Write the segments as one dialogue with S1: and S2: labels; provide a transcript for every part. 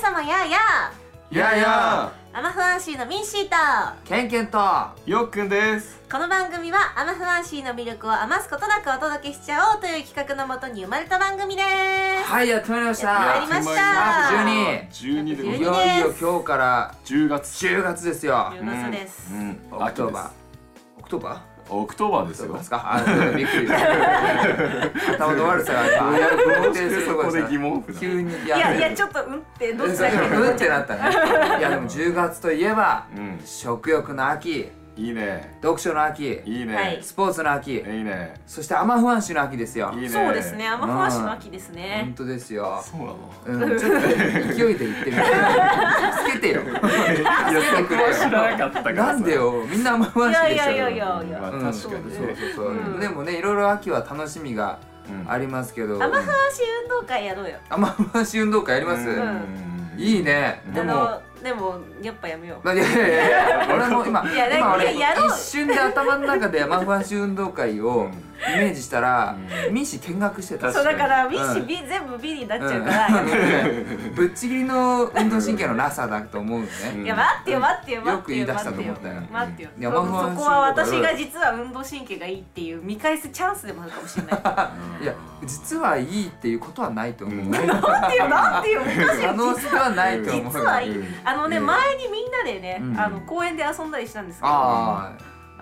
S1: 様やーや
S2: やや
S1: ーアマフアンシーのミンシーと
S3: ケンケンと
S2: よっくんです
S1: この番組はアマフアンシーの魅力を余すことなくお届けしちゃおうという企画のもとに生まれた番組です
S3: はいやってまいりまし
S1: や
S3: た
S1: ってまいりました
S2: 12 12でござい
S3: い
S2: ま
S1: 12
S3: よいよ今日から
S2: す10月
S3: 10月ですよ、
S1: いう噂です、
S3: うん、オクトーバ
S2: 秋
S3: ーオクトーバー
S2: オクトーバーです
S3: そう
S2: よ
S3: ですかあびっくり頭の悪さが今
S2: どうしてそこで疑問符なの
S3: 急にい
S1: いやいやちょっとうんってどっちだっけ
S3: うんってなったねいやでも10月といえば
S2: うん
S3: 食欲の秋
S2: いいね
S3: 読書の秋
S2: いいね、
S1: はい
S2: い
S3: スポーツの秋
S2: いね
S3: そしてアマフアンシの秋ですよ
S2: いいね
S1: そうですねアマフアンシーの秋ですね
S3: 本当ですよ
S2: そうなの
S3: うん、ちょっと勢いで言ってみてつけてよ
S2: いやそこは知らなかったからさ
S3: なんでよみんなアマフ
S1: い
S3: アンシでしょ
S1: やいやいやいやい
S2: ま
S1: や
S2: あ
S3: う
S2: 確
S3: ん
S2: かに
S3: そう
S2: ね
S3: そうそう、
S1: うん
S3: でもねいろいろ秋は楽しみがありますけど、
S1: アマフアンシー運動会やろうよ
S3: アマフアンシ運動会やります、
S1: ん
S2: い
S3: いいね
S2: うん
S3: で
S1: あ
S3: も
S1: のでもやっぱやめよう
S3: まあいやいやいやいや俺も今
S1: いやなんか
S3: 今俺
S1: いややろう
S3: 一瞬で頭の中でアマフアンシ運動会
S2: う
S3: を
S2: ん
S3: イメージしたら、
S2: う
S3: ミッシー見学してた
S1: そうだからミッシ
S3: う
S1: ー
S3: ん
S1: B 全部 B になっちゃうからやめよう
S3: ぶっちぎりの運動神経のなさだと思うのね
S1: いや待ってよ待ってよ待
S3: よ
S1: っ
S3: く
S1: て
S3: 言い
S1: よ
S3: 出
S1: 待
S3: した
S1: っ
S3: と
S1: て
S3: 思
S1: よ
S3: ったよ
S1: 待ってよ
S3: い
S1: そ
S3: や
S1: う
S3: まあまあ
S1: そこは私が実は運動神経がいいっていう見返すチャンスでもあるかもしれ ないない
S3: や実はいいっていうことはないと思う、
S2: うん
S1: んていうなんていうおかしい
S3: 可能性はないと思う
S1: 実はいい
S2: うん
S1: あのね
S3: うん
S1: 前にみんなでね
S3: うん
S1: あの公園で遊んだりしたんですけど
S3: あ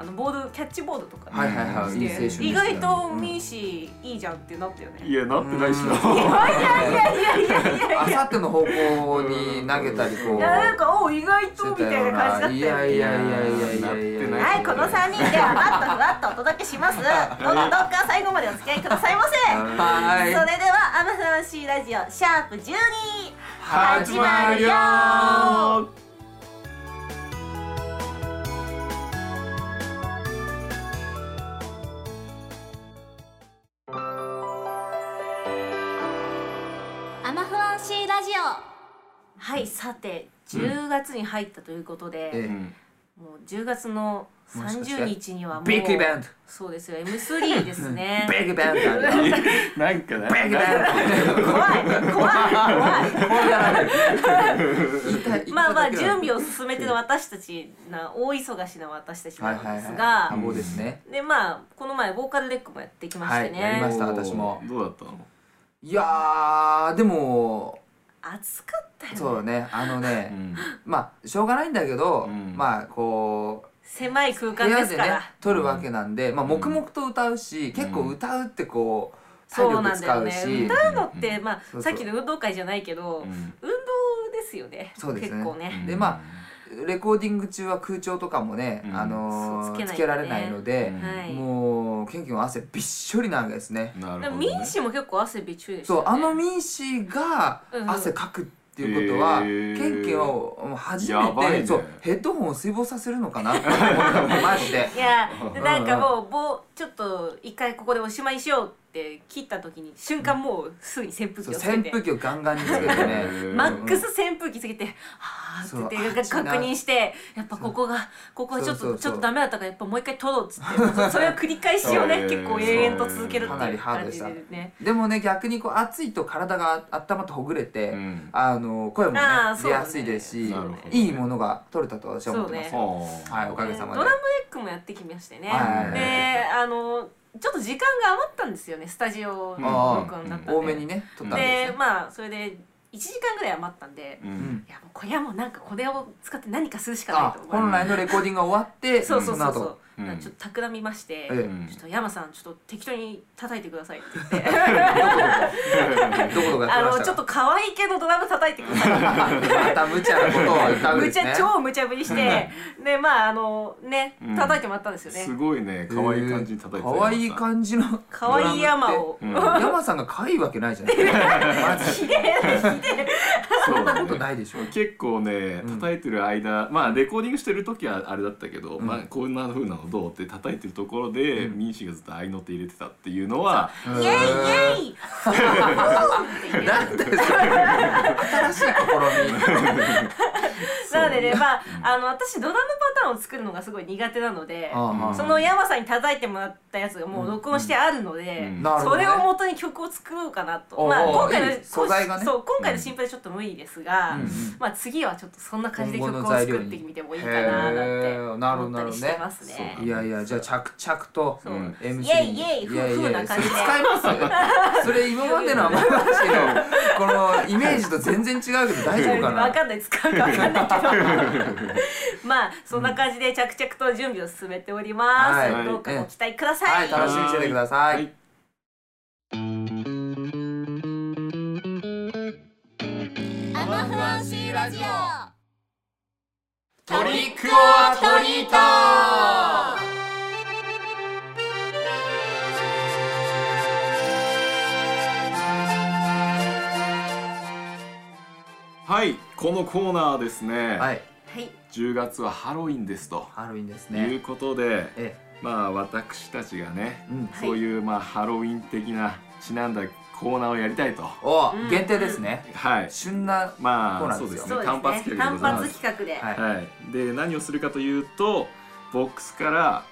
S1: あのボードキャッチボードとか
S3: あはいはいはいいい青春で
S1: して
S3: す
S1: 意外とミ
S3: ン
S1: ンシーいいじゃんってなったよね
S2: いやなってないしな
S1: やいやいやいやいやいや
S3: あ
S1: いや
S3: さっての方向に投げたりこう
S1: いやなんかお意外とみたいな感じだったよね
S3: いやいやいやいやいやいや
S2: な
S1: はい、この三人ではバッとふわっとお届けし ます。どうかどうか最後までお付き合いくださいませ。そ
S3: は
S1: れ
S3: い
S1: ではアムフランシーラジオシャープ12
S3: 始まるよー
S1: アマフランシーラジオ。はい、さて10月に入ったということ
S3: え
S1: で、
S2: うん
S1: もう10月の
S3: もしかして
S1: 30日にはもう
S3: ビッグイベント
S1: そうですよ M3 ですね。
S3: ビッグイベントなんだよ
S2: なんかね
S3: ビッグイベント
S1: 怖い怖い怖 い。
S3: こうなる言いたい言いたいだけなの
S1: まあまあ準備を進めての私たちな大忙しな私たち
S3: は
S1: ない
S3: はい
S1: ん
S3: は
S1: で
S3: い
S1: す
S3: 多
S1: が、
S3: 忙ですね
S1: でまあこの前ボーカルレックもやってきましてね、
S3: はいやりました
S2: おー
S3: 私も
S2: どうだったの
S3: いやーでも
S1: 暑かったよ
S3: そうだねあのね、
S2: ん
S3: まあしょうがないんだけど、
S2: うん
S3: まあこう
S1: 狭い空
S3: 部
S1: 間で
S3: 屋
S1: す
S3: で
S1: か
S3: ね
S1: ら、
S3: 撮るわけなんで、まあ
S2: うん
S3: 黙々と歌うし、結構歌うってこう体
S1: そうな
S3: 力
S1: んだよ
S3: 使う
S1: ね
S3: し、
S1: 歌うのって、まあ
S3: そうそう
S1: さっきの運動会じゃないけど、
S2: うん
S1: 運動ですよね
S3: そうですね
S1: 結構ね、
S3: でまレコーディング中は空調とかもね、
S2: うん
S3: あの
S1: そうつ
S3: ーつ
S1: け
S3: け
S1: ないんだね
S3: られないので、
S2: うん
S1: はい
S3: もうケンケンは汗びっしょりなわけですね。
S2: なる
S1: で
S2: ほ
S1: もミ
S2: どね
S1: ンシも結構汗びっちょりでした
S3: そう
S1: よね
S3: あのミンシーが
S1: うん
S3: 汗かくっていうことは、
S2: へー
S3: ケンケンはもう初
S2: やばい
S3: めて、
S2: ね
S3: そうヘッドホンを水没させるのかなって思ったのマ ジで。
S1: い やでなんかもう棒ちょっと一回ここでおしまいにしようって切った時に瞬間もうすぐに扇風
S3: そ
S1: 機
S3: う
S1: をつけ
S3: 扇
S1: て
S3: 風機をガンガンにつけてね
S2: へー
S1: マックス扇風機つけて「はあ」って言って
S3: そう
S1: なんか確認してやっぱここがここはちょっ
S3: そうそ
S1: と
S3: うそう
S1: ちょっとダメだったからやっぱもう一回取ろうっつって そそれを繰り返しをね
S2: そう
S1: 結構永遠と続けるっ
S3: か
S1: て
S3: ないり
S1: う
S3: ハード
S1: 感
S3: で
S1: じ
S3: し
S1: で
S3: た
S1: ね。
S3: でもね逆にこう暑いと体が温まってほぐれて、
S2: うん
S3: あの声もね
S1: あーそう
S3: 出
S1: だね
S3: やすいですし、
S2: なるほど
S3: いいものが取れたと私は思ってます。
S1: そう
S2: は
S3: はいお
S1: ド
S3: か
S1: ラ
S3: げ
S1: ム
S3: さま
S1: レ
S3: で。
S1: ックもやってきましてね
S3: はいはいはい
S1: であのちょっと時間が余ったんですよねスタジオ
S3: あー
S1: 録音だったんで
S3: 多めにね取ったんです
S1: で
S3: ね。
S1: まあそれで1時間ぐらい余ったんで
S2: う
S3: うんん
S1: いやもうこれはもうなんかこれを使って何かするしかない
S3: あ
S1: と思い
S3: 本
S1: ま
S3: 来のレコーディングが終わって
S1: すそうそうそうそう
S2: うん
S1: なんかちょっと企みまして、
S3: ええ
S1: ちょっと山さんちょっと適当に叩いてくださいって 言ってあ
S3: その後どこどこやってま
S1: の
S3: し
S1: ちょっ
S3: たか
S1: と可愛い系のドラム叩いてください って
S3: また無茶なことを 言ったん
S1: む
S3: です
S1: ち
S3: ね
S1: ゃ超無茶ぶりしてでまああのね
S2: うん
S1: 叩いてもらったんですよね、
S2: すごいね可愛い感じに叩いてた
S3: 可愛い感じの
S1: 可愛い山を
S2: うん
S3: 山さんが可愛いわけないじゃな いですかマジで
S2: そう
S3: そんなこと
S2: い
S3: ないでしょ
S2: 結構ね
S3: うん
S2: 叩いてる間まあレコーディングしてる時はあれだったけど
S3: うん
S2: まあこんな風なのどうって叩いてるところで
S3: うん
S2: ミンシがずっと合いの手入れてたっていうのは
S1: イエイ イエ イ
S3: なんだよそれ新しい試み
S2: そう
S1: なのでねまああの私ドラムパターンを作るのがすごい苦手なので
S3: ああ
S1: その山さんに叩いてもらったやつがもう録音してあるので、
S2: うん
S3: なるほ
S1: そ
S3: どね
S1: れを元に曲を作ろうかなと、
S3: おう
S1: まあ、
S3: おう
S1: 今回の
S3: いい素材がね
S1: そう今回の心配はちょっと無理ですが、
S3: うんうん
S1: まあ、次はちょっとそんな感じで曲
S3: 今
S1: を
S3: 後の材料
S1: 作って
S3: に
S1: みてもいいかななんて
S3: へーなるほど
S1: 思ったりしてますね。
S2: なるほどね
S3: いやいやじゃあ着々と
S1: そう
S3: MC に
S1: イエイイエイ
S3: いやいや
S1: ふうふうな感じで
S3: それ使いますそれ今までのはまだですけどこのイメージと全然違うけど大丈夫か
S1: わ
S3: な
S1: かんない使うかわかんないけ どまあそんな感じで着々と準備を進めております、
S2: はい
S1: どうかご期待くださ、
S3: はいい楽しみにしててくださ
S2: はいい
S4: アマフランシーラジオ
S3: トリックオアトリート
S2: はいこのコーナーですね、
S3: はい
S1: はい
S2: 10月はハロウィンですと
S3: ハロウィンです
S2: い
S3: ね
S2: うことで、
S3: え
S2: まあ私たちがね
S3: えう
S1: は
S3: ん
S1: い
S2: そういうまあハロウィン的なちなんだコーナーをやりたいと
S3: お
S1: うん
S3: 限定ですね
S2: はい
S3: 旬なそう
S2: まあ
S3: なん
S2: そう
S3: です
S2: で
S3: よ
S2: す
S1: そ
S2: ね
S1: う
S2: 単発
S1: ですね
S2: 企画で
S1: 単
S2: ございま
S1: 発
S2: す
S1: 企画で、
S3: はい
S2: はい、で何をするかというとボックスから、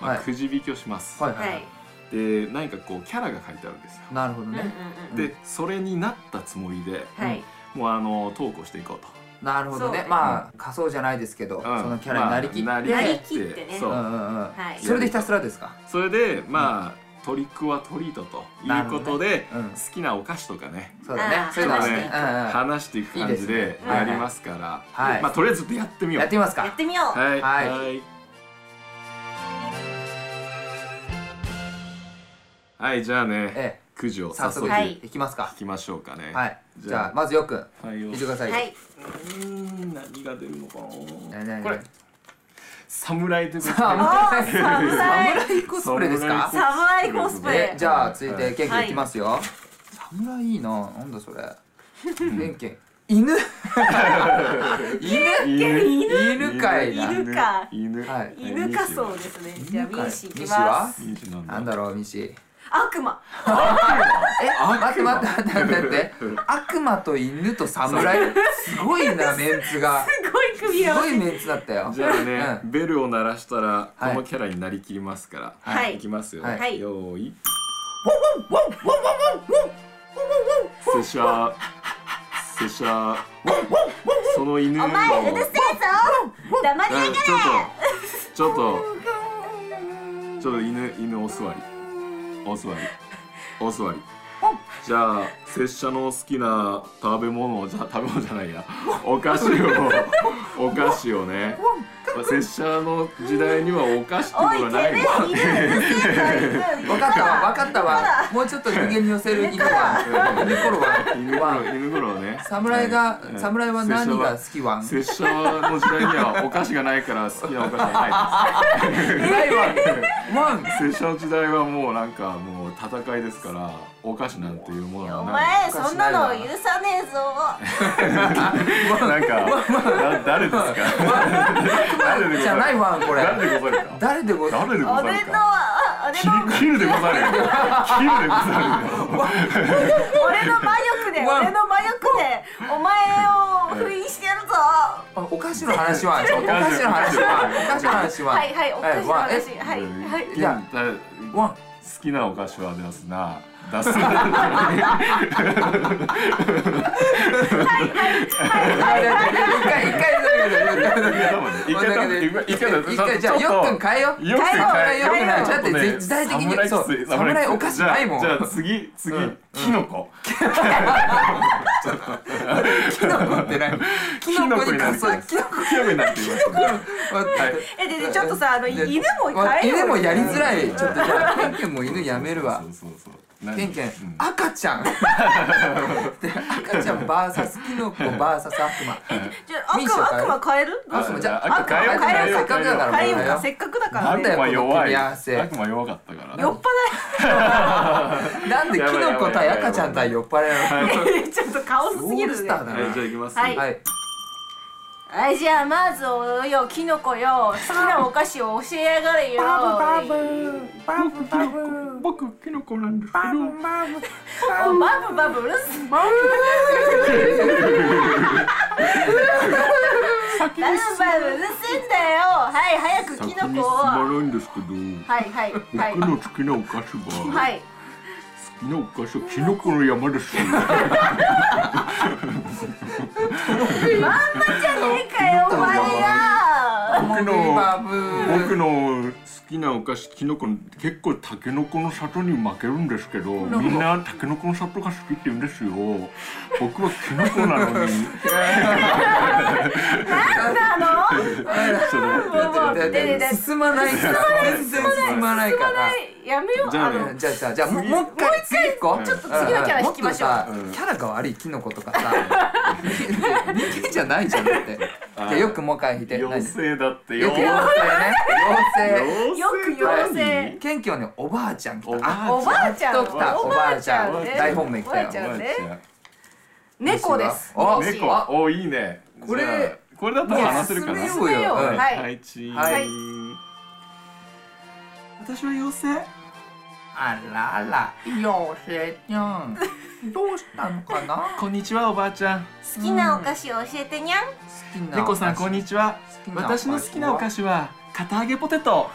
S2: まあ
S3: はい
S2: くじ引きをします、
S3: はいは
S1: はいい
S3: はい
S2: で何かこうキャラが書いてあるんですよ、
S3: なるほど
S1: うんうんうん
S3: ね
S2: でそれになったつもりで
S1: はい、
S2: もうあのトークをしていこうと
S3: なるほど
S1: そ
S3: ね
S1: う
S3: まあ仮装じゃないですけどそ
S2: うん
S3: のキャラになりきって
S2: まあ
S1: なりきってね
S2: そう、
S3: うんうんうん
S1: はい
S3: それでひたすらですか
S2: それでまあ、トリックはトリートということで、
S3: うんうん
S2: 好きなお菓子とかね
S3: そうだね
S1: あー
S3: そういうのはね
S2: そう
S3: う
S2: だね
S3: んうん
S2: 話していく感じ
S3: いい
S2: で
S3: ですね
S2: やりますから
S3: はいはい
S2: まあとりあえずやってみよう
S3: やってみます
S1: やっ
S3: か
S1: てみよう、
S2: はい、
S3: はい
S2: はいはいじゃあね
S3: え
S2: くじを
S3: え
S2: 早
S3: 早
S2: 速
S3: 速
S1: はい
S2: 引
S1: い
S3: いきますか
S2: きましょうかね
S3: はい
S2: じ
S3: じ
S2: ゃあ
S3: ゃあまずよくん
S2: はいよ
S3: 見てください
S1: はい
S2: ーん何が出るのかな
S3: 何々
S2: これ侍ということで
S3: あ
S1: あー侍
S3: 侍コスプレですか
S1: 侍コスプレ
S3: えじゃあ続い
S2: は
S3: て
S2: い
S3: ケンケンいきますよ、侍いいななんだそれケンケン犬犬
S2: 犬
S3: 犬かいな
S1: 犬か
S2: 犬
S3: はい
S1: 犬かそうですねじゃあミーシーいき
S3: ミーシー
S1: ま
S3: は
S1: す
S2: 犬犬なんだ
S3: なんだろうミシ
S1: 悪魔
S3: え待って
S2: 魔
S3: 待って待って待って悪魔と犬 と侍すごいなメンツが
S1: すごい組み
S3: す
S1: 合わ
S3: ご
S1: せ
S3: いメンツだったよ
S2: じゃあね、
S3: うん
S2: ベルを鳴らしたらこ
S3: はい
S2: のキャラになりきりますから、
S1: はい
S2: きますよ、
S3: はい
S2: よーい拙者拙者その犬を
S1: お前うるせえぞ黙りやが
S2: うん
S1: れ
S2: ちょっとちょっとちょっと犬犬お座りお座りお座りじゃあ拙者の好きな食べ物をじゃ食べ物じゃないやお菓子をお菓子をね拙者の時代にはお菓子って
S1: おい
S2: も
S1: て
S2: の
S1: め
S2: は
S1: え
S2: ない
S1: 犬うるせえぞ犬
S3: 分かったわ分かったわもうちょっと人間に寄せる犬は犬コロは
S2: 犬頃犬頃ね
S3: 侍が
S2: うん
S3: 侍は何が好きワン
S2: 拙者の時代にはお菓子がないから好きなお菓子は
S3: ないわワン
S2: ないです拙者の時代はもうなんかもう戦いですからお菓子なんていうもの
S1: お
S2: はな
S1: 前
S2: い
S1: そんなの許さねえぞ
S2: なんかだ誰ですか誰でご
S3: じ
S2: ざ
S3: ゃない
S2: る
S3: ワンこれ
S2: 誰でござるか
S3: 誰でござ
S2: 誰でござ
S1: 俺
S2: る
S1: の
S2: か
S1: 俺
S2: キ
S1: の
S2: ルキルでござるよキルでござるよ
S1: 俺の魔力で
S3: うわ
S1: 俺の魔力でお前を封印してやるぞは
S3: あお菓子の話はお菓子の話はお菓子の話はい
S1: はいおかしな話はいはい
S2: うん
S3: じゃ
S2: だ
S3: ワン
S2: 好きなお菓子は出すな出すいや多分ね一回多分一回一
S3: はい一回一回
S2: 回
S3: 一回じゃあよっくん変えよう
S2: よく
S3: 侍よく
S1: 変え
S3: な
S1: よ
S3: いうだって絶対的にそう侍お菓子ないもん
S2: じゃあ次次キノコ
S3: キノコってないキノコに仮装キノコ
S2: キノコになっています
S1: えででちょっとさあの犬も変えよう
S3: 犬もやりづ
S1: い
S3: らいちょっとじゃあケンケンも犬やめるわ
S2: そうそうそう
S3: ケンケン赤ちゃん赤ちゃんバーサスキノコバーサス悪魔
S1: じゃあ悪魔悪魔変えるどうする
S3: あ
S1: じゃあ
S2: 赤変えよう
S1: 変えよう
S2: 変えよう
S1: せっかくだから
S3: 変
S1: 変
S3: え
S1: え
S3: よう
S1: ようかせっかくだからね
S2: 悪魔弱い
S3: この組み合わせ
S2: 悪魔弱かったから
S1: 酔っ
S3: なんでキノコ対赤ちゃん対酔っ払いなの
S1: 払いちょっと顔す
S3: オ
S1: ぎ
S3: ール
S1: る
S3: ス
S1: ね
S3: ターだ
S2: はいじゃ
S3: な
S2: あいきます
S1: はい
S3: はい
S1: はいじゃあまずおよキノコよ好きなお菓子を教えやがれよ
S2: 僕キノコなんですけ
S1: おバブバブうるせえ
S2: どさっき
S1: 何番うるせえんだよはい早く
S2: 先
S1: キ
S2: に
S1: ノ
S2: 進
S1: コを
S2: ま
S1: は
S2: ないんですけど、
S1: いはいはい
S2: 僕の好きなお菓子は、
S1: はい
S2: 好きなお菓子はキノコの山です。
S1: まんまじゃねえかよお前が
S2: 僕の
S3: バブー
S2: 僕の好きなお菓子キノコの結構タケノコの里に負けるんですけどみんなタケノコの里が好きって言うんですよ僕はキノコなのに
S1: なんなの
S2: そ
S1: もうもう
S2: れ
S1: ででで
S3: 進まないから全然進まないから
S1: やめよう
S2: じゃあ
S1: あ
S2: ね
S1: の
S3: じゃあじゃあじゃあもう
S2: 次
S3: もう一回次行こう
S2: ちょっと
S1: 次のキャラ引きましょう
S3: もっとさキャラが悪いキノコとかさ 人間じゃないじゃんだってじゃあよくもう一回引いて何
S2: 妖精だって
S3: よく妖精ね妖精
S1: よく妖精
S3: ケンキはねおばあちゃん来
S2: おば
S3: た
S1: おばあちゃん
S3: やっと来た
S1: おばあちゃんね
S3: 大本命来たよ
S1: おばあちゃんね
S2: ね
S1: 猫です
S3: あ
S1: 猫
S2: 猫おいいね
S3: これ
S2: じゃあこれだと話せるかな
S3: も
S1: 進
S3: う進
S1: め
S3: め
S1: よ
S3: よ
S1: う
S3: うよ
S1: は
S2: はいいチーン
S3: はい
S2: 私は妖精
S3: あらら妖精にゃん どうしたのかな
S2: こんにちはおばあちゃん
S1: 好きなお菓子を教えてにゃん
S3: 好きな
S2: 猫さんこんにちは
S3: 好きなお菓
S2: 私
S3: 子は
S2: の好きなお菓子は片揚げポテ ト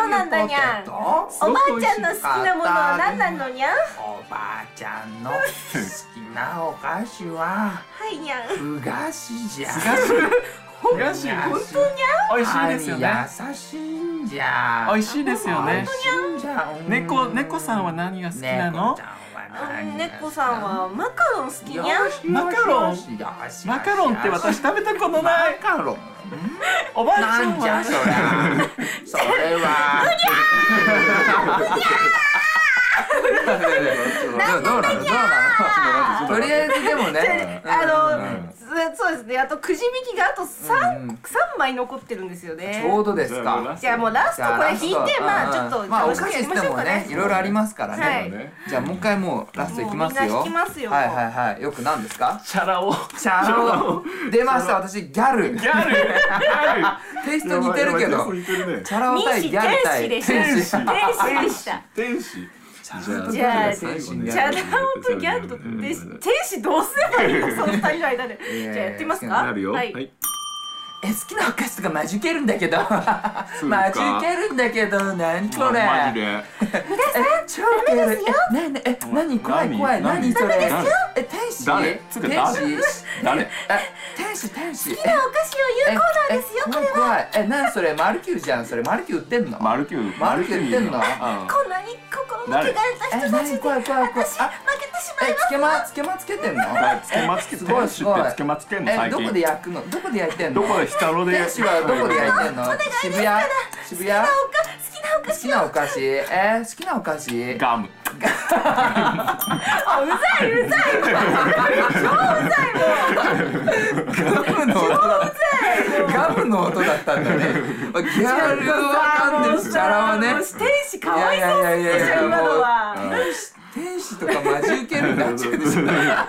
S1: そうなんだにゃん
S3: 片揚げポテト
S1: おばあちゃんの好きなものは何なのにゃん
S3: おばあちゃんの好きなお菓子 は
S1: はいにゃん
S3: ふ菓子じゃ。
S2: お菓子
S3: 本
S2: 美味しい
S3: 当
S2: で
S3: に
S2: すよね
S3: 優しいんじゃ。
S2: 美味しいですよね
S3: いんじゃ。
S2: 猫猫さんは何が好きなの
S3: 猫ちゃんは
S1: う
S3: 何
S1: ん
S3: が好きなの
S1: 猫さんはマカロン好きにゃん
S2: マカロン
S3: よしよしよし
S2: マカロンって私食べたこと
S3: マ
S2: ない
S3: カロン。
S2: おばあちゃ
S3: なんんじゃそれ
S2: は。
S3: それは。どうなのどうなのとりあえずでもね。
S1: あ
S2: うん
S1: のずそうですねあとくじ引きがあと三
S3: うん
S1: 三枚残ってるんですよね
S3: ちょうどです
S2: じゃあラ
S3: か
S2: ス。
S1: じゃあもうラストこれ引いてまあちょっと
S3: まあお
S1: 楽し
S3: か
S1: く
S3: げ
S1: し
S3: し
S1: ま
S3: て
S1: しょう
S3: も
S1: か
S3: ねい
S1: ね
S3: ろいろありますから
S1: は
S3: ね。
S1: い
S3: じゃあもう一回もうラストいきます
S1: もうみん
S3: よ。
S1: な引きますよ
S3: はいはいはい。よくなんですか？
S2: チャラ 男
S3: チャロ 出ました私ギャル。
S2: ギャルギャ
S3: テイス
S2: ル
S3: ト似てるけ
S2: や
S3: ど
S2: ばい。やばいテイスト似てるね
S3: チャ
S1: 民主
S3: ラ男対ギ
S1: 天
S3: ャル対
S1: 使でし
S3: 天
S1: た
S3: 使。
S1: 天使でした
S2: 天使
S1: じゃあ
S2: 最後
S3: ギ
S2: ね
S1: チャラ
S3: ャ
S1: 男とギャルと天使天使どうすればいいのその二人の間でじゃあやってみますか
S2: なるよ
S1: は
S2: はいい
S3: え好きなお菓子とかマジけるんだけど。マ
S2: そうか
S3: ジけるんだけど何これ。
S2: マジで
S3: え超ダメですよ。えなえ何怖い
S2: 何
S3: 怖い
S2: 何
S3: 何それ。
S2: ダメですよ
S3: え天使？
S2: 誰つうか
S3: 天
S2: 誰
S3: 使？
S2: 誰
S3: え天使天使。好
S1: お菓子を言うコーナーですよ
S3: 怖い怖い。え何それマルキューじゃんそれマルキュー売ってんの？
S2: マルキュー
S3: マルキュー言ってんの
S2: うん
S1: こんなに心の汚れた
S3: え
S1: 人たち
S3: 何
S1: に
S3: 怖い怖い怖い。
S1: 私負
S3: あ
S1: けてしま
S3: え
S1: い
S3: つけまつけまつけてん の？
S2: つけまつけ
S3: す
S2: て
S3: ごい
S2: 天
S3: す
S2: 使
S3: ご
S2: っ
S3: い
S2: てつけまつけんの
S3: え
S2: 最
S3: どこ
S2: 近
S3: で焼くの？どこで焼いてんの？
S2: どこで日ロで
S3: 天使はどこで焼いてんの？渋谷渋谷。
S1: 好きなお菓
S3: 好きなお菓子？え好きなお菓子？
S2: ガム
S1: 子うざいうざい
S3: ガムの音だガムの音だったんだね。ギャルはなんですからはね。
S1: 天使かわいそうすぎでしょ今のは
S3: 天使とかマジ受けるになっちゃうでしょ。
S2: は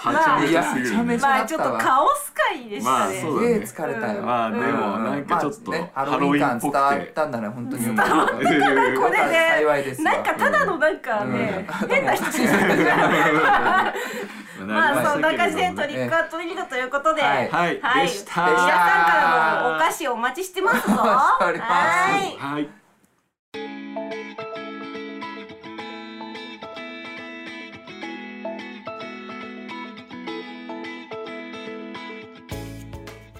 S2: ちゃめちゃすぎるね
S3: いや
S1: まあちょっとカオス界でした
S2: まあそ
S1: ね
S2: う
S3: すげえ疲れたよ。
S2: まあでもなんかちょっと
S3: まあね
S2: ハロウィンっぽ
S3: ハロウィン感伝
S2: く
S3: わってたんだね本当によかった。こ
S1: これ
S3: 幸い
S1: ね
S3: ですよ。
S1: なんかただのなんかね変な人たちまあそんな感じでトリックアトリートということで、
S3: はい
S2: はい
S1: はい
S2: でした
S1: 皆さんからのお菓子お待ちしてます ぞ。
S3: お待ちしております
S1: はい。
S2: はい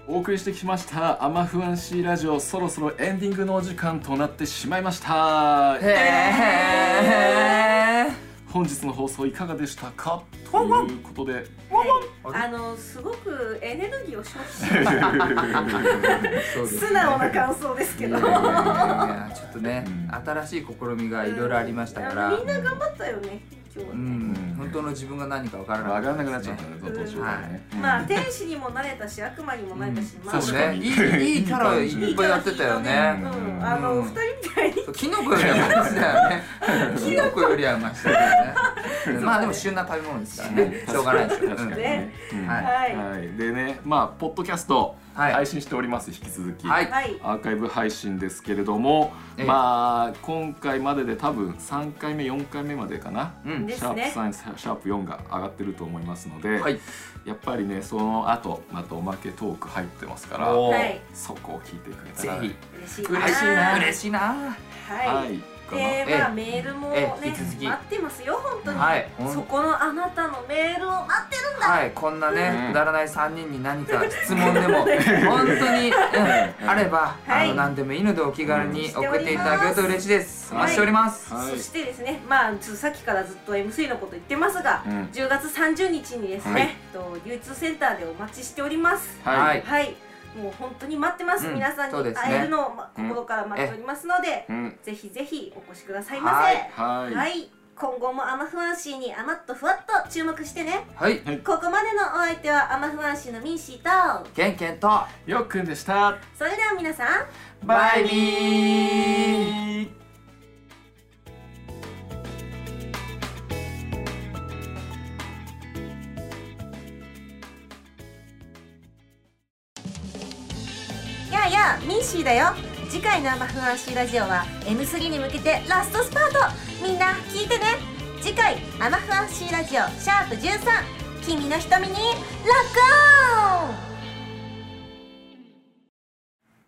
S2: お送りしてきました「アマフアンシーラジオ」そろそろエンディングのお時間となってしまいました
S3: へえ。
S2: 本日の放送いかがでしたかということで
S1: あのすごくエネルギーを消費し
S3: そうですね
S1: 素直な感想ですけ
S3: い
S1: ど。
S3: やい
S1: み
S3: やい
S1: んな
S3: やいやちょっとね
S2: うん
S3: 新しい試みがいろいろありましたから。
S1: 頑張ったよね今日は
S3: う
S1: ね。
S3: ん、本当の自分が何か分からな
S2: 分
S3: か
S2: か
S3: っ
S2: んな
S3: た
S2: くなっ
S3: ですね、
S2: ちゃったね途中
S3: は
S2: から
S3: い
S2: ね、
S1: まあ天使にもなれたし悪魔にもなれたし、まあ
S2: 確
S3: そう
S2: か
S3: ね
S2: に
S3: いいいいキャラいっぱいやってたよね
S1: うん、あの二人みたいに
S3: キノコよりはマシだよねキノコよりはマシだよねうんまあでも旬な食べ物ですからねしょうがないですよ
S2: 確かに
S3: うん
S2: ね、うん
S3: はい
S1: はい
S2: はい、でねまあポッドキャスト
S3: はい
S2: 配信しております、引き続き、
S3: はい
S1: はい
S2: アーカイブ配信ですけれども、
S3: ええ
S2: まあ今回までで多分3回目4回目までかな、
S3: うん
S1: で
S2: シ
S1: す
S2: ャープ
S1: ね
S2: 3シャープ4が上がってると思いますので、
S3: はい
S2: やっぱりねその後またおまけトーク入ってますから
S3: おー
S1: はい
S2: そこを聞いてくれた
S3: ぜ
S2: ら
S3: ひ
S1: 嬉しい
S3: 嬉しいな
S1: は
S3: 嬉しいな
S2: はい
S1: い
S2: か
S1: で
S2: な、
S3: ええ
S1: まあメールも
S3: え
S1: ね
S3: え引き続き
S1: 待ってますよ本当に
S3: はいほん
S1: そこのあなたのメールを待ってる
S3: はいこんな
S2: う
S3: ね
S2: ん
S3: くだらない3人に何か質問 で も本当にうんあれば
S1: は
S3: あ
S1: い
S3: の何でもいいのでお気軽に送っていただけると嬉しいですお
S2: はい
S3: 待ちしております
S2: はい
S1: そしてですねまあちょっとさっきからずっと MC のこと言ってますが
S2: うん
S1: 10月30日にです
S2: はい
S1: ねと流通センターでお待ちしております
S3: は
S2: はいい、
S1: はい、もう本当に待ってます、
S3: うん
S1: 皆さ
S3: そうんで
S1: に
S3: すね
S1: 会えるのをま心から待っておりますので、
S2: うん、
S1: ぜひぜひお越しくださいませ。
S3: は
S1: はいい、
S2: はい、
S1: 今後もアマフアンシーにあまっとふわっと注目してね。
S3: はい
S1: ここまでのお相手はアマフアンシーのミンシーと、
S3: ケンケンと
S2: よっくんでした
S1: それでは皆さん。
S3: バイビー
S1: やあやあミンシーだよ次回の「アマフアンシーラジオ」は M3 に向けてラストスパートみんな聞いてね次回「アマフアンシーラジオシャープ #13」君の瞳にロックオン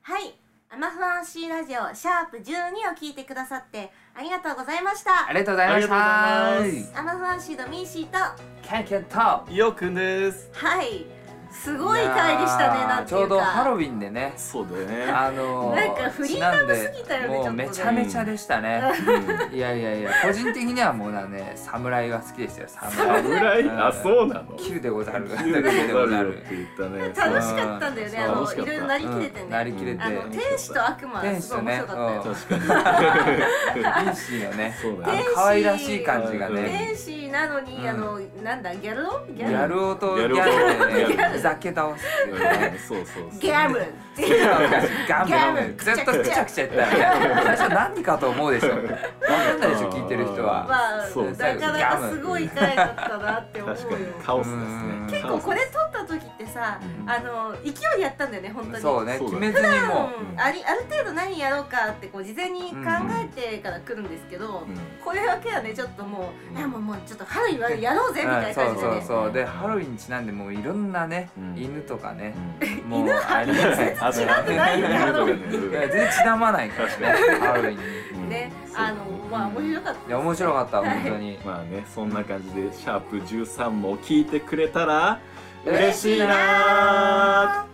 S1: はい「アマフアンシーラジオシャープ #12」を聞いてくださってありがとうございまし
S3: あ
S1: た
S3: りがとうございました
S2: ありがとうございま
S1: アマフアンシーのミンシーと
S3: ケンケンと
S2: よっくんです
S1: はいすごい回でしたね
S3: やー
S1: なんて
S3: ち
S1: いうか
S3: ょうどハロウィンでね
S2: そうだよね
S3: あのー
S1: なんか振り長すぎたよね
S3: ちなんでもう
S1: ちょっとね
S3: めちゃめちゃでしたねいやいやいや個人的にはもうだね侍が好きですよ侍
S2: 侍
S3: うん
S2: あそうなの
S3: 九でござる
S2: 急で
S3: 九でご
S2: ご
S3: ざ
S2: ざる
S3: る
S2: って言ったね
S1: 楽しかったんだよねあ
S2: 楽し
S1: のい
S2: かった
S1: ろいろなりきれてね、
S3: うんなりきれて
S1: あの天使と悪魔は
S3: 天
S1: す
S3: 使
S1: ごい
S3: と
S1: 面白
S3: ね
S1: かったよ。
S2: 確かに
S3: うん天使のね
S2: そうだ
S3: あ
S2: ね
S3: の
S1: 天使
S3: 可愛らしい感じがね
S1: 天使なのに、
S3: うん
S1: あのなんだギャルをギ
S3: ギ
S1: ャル
S3: ャル男
S2: ギャ
S3: ギ
S2: ル
S3: ャル
S2: ギ
S3: で
S2: ャ
S3: ね
S2: ル
S3: ふざけ倒すっていうね
S2: そうそうそう
S1: ギャルっていう
S3: ガムガ
S1: ガ
S3: ム
S1: ム
S3: ずっとくちゃくちゃ言ったらね最初何かと 思うでしょ分かんないでしょ聞いてる人は
S1: まあ
S2: そう
S1: なかなかすごい回だったなって思うよ
S2: 確かにカオスですね
S3: うん
S1: 結構これ撮った時ってさ、
S2: うん
S1: あの勢いでやったんだよね本当に
S3: そうね
S2: そう
S3: 決
S2: だね
S3: めずにも
S1: うんありある程度何やろうかってこう事前に考えてから来るんですけど、
S2: うん
S1: これだけはねちょっともう、いやもうもうちょっとハロウィンはやろうぜみたいな
S3: そ
S1: 感
S3: う
S1: じで
S3: そ
S1: ね、
S3: うそうでハロウィンにちなんでもういろんなね
S2: うん
S3: 犬とかねもう
S1: 犬
S3: あ
S1: は
S3: れね
S2: あと
S1: 違ってないよねハロウィン
S3: いや全然血だまないからねハロウィンに
S2: うん
S1: ね
S2: そう
S1: あのまあ面白かった
S3: いや面白かった本当に
S2: まあねそんな感じでシャープ13も聞いてくれたら
S3: 嬉
S2: 嬉
S3: し
S2: し
S3: い
S2: い
S3: な
S2: なー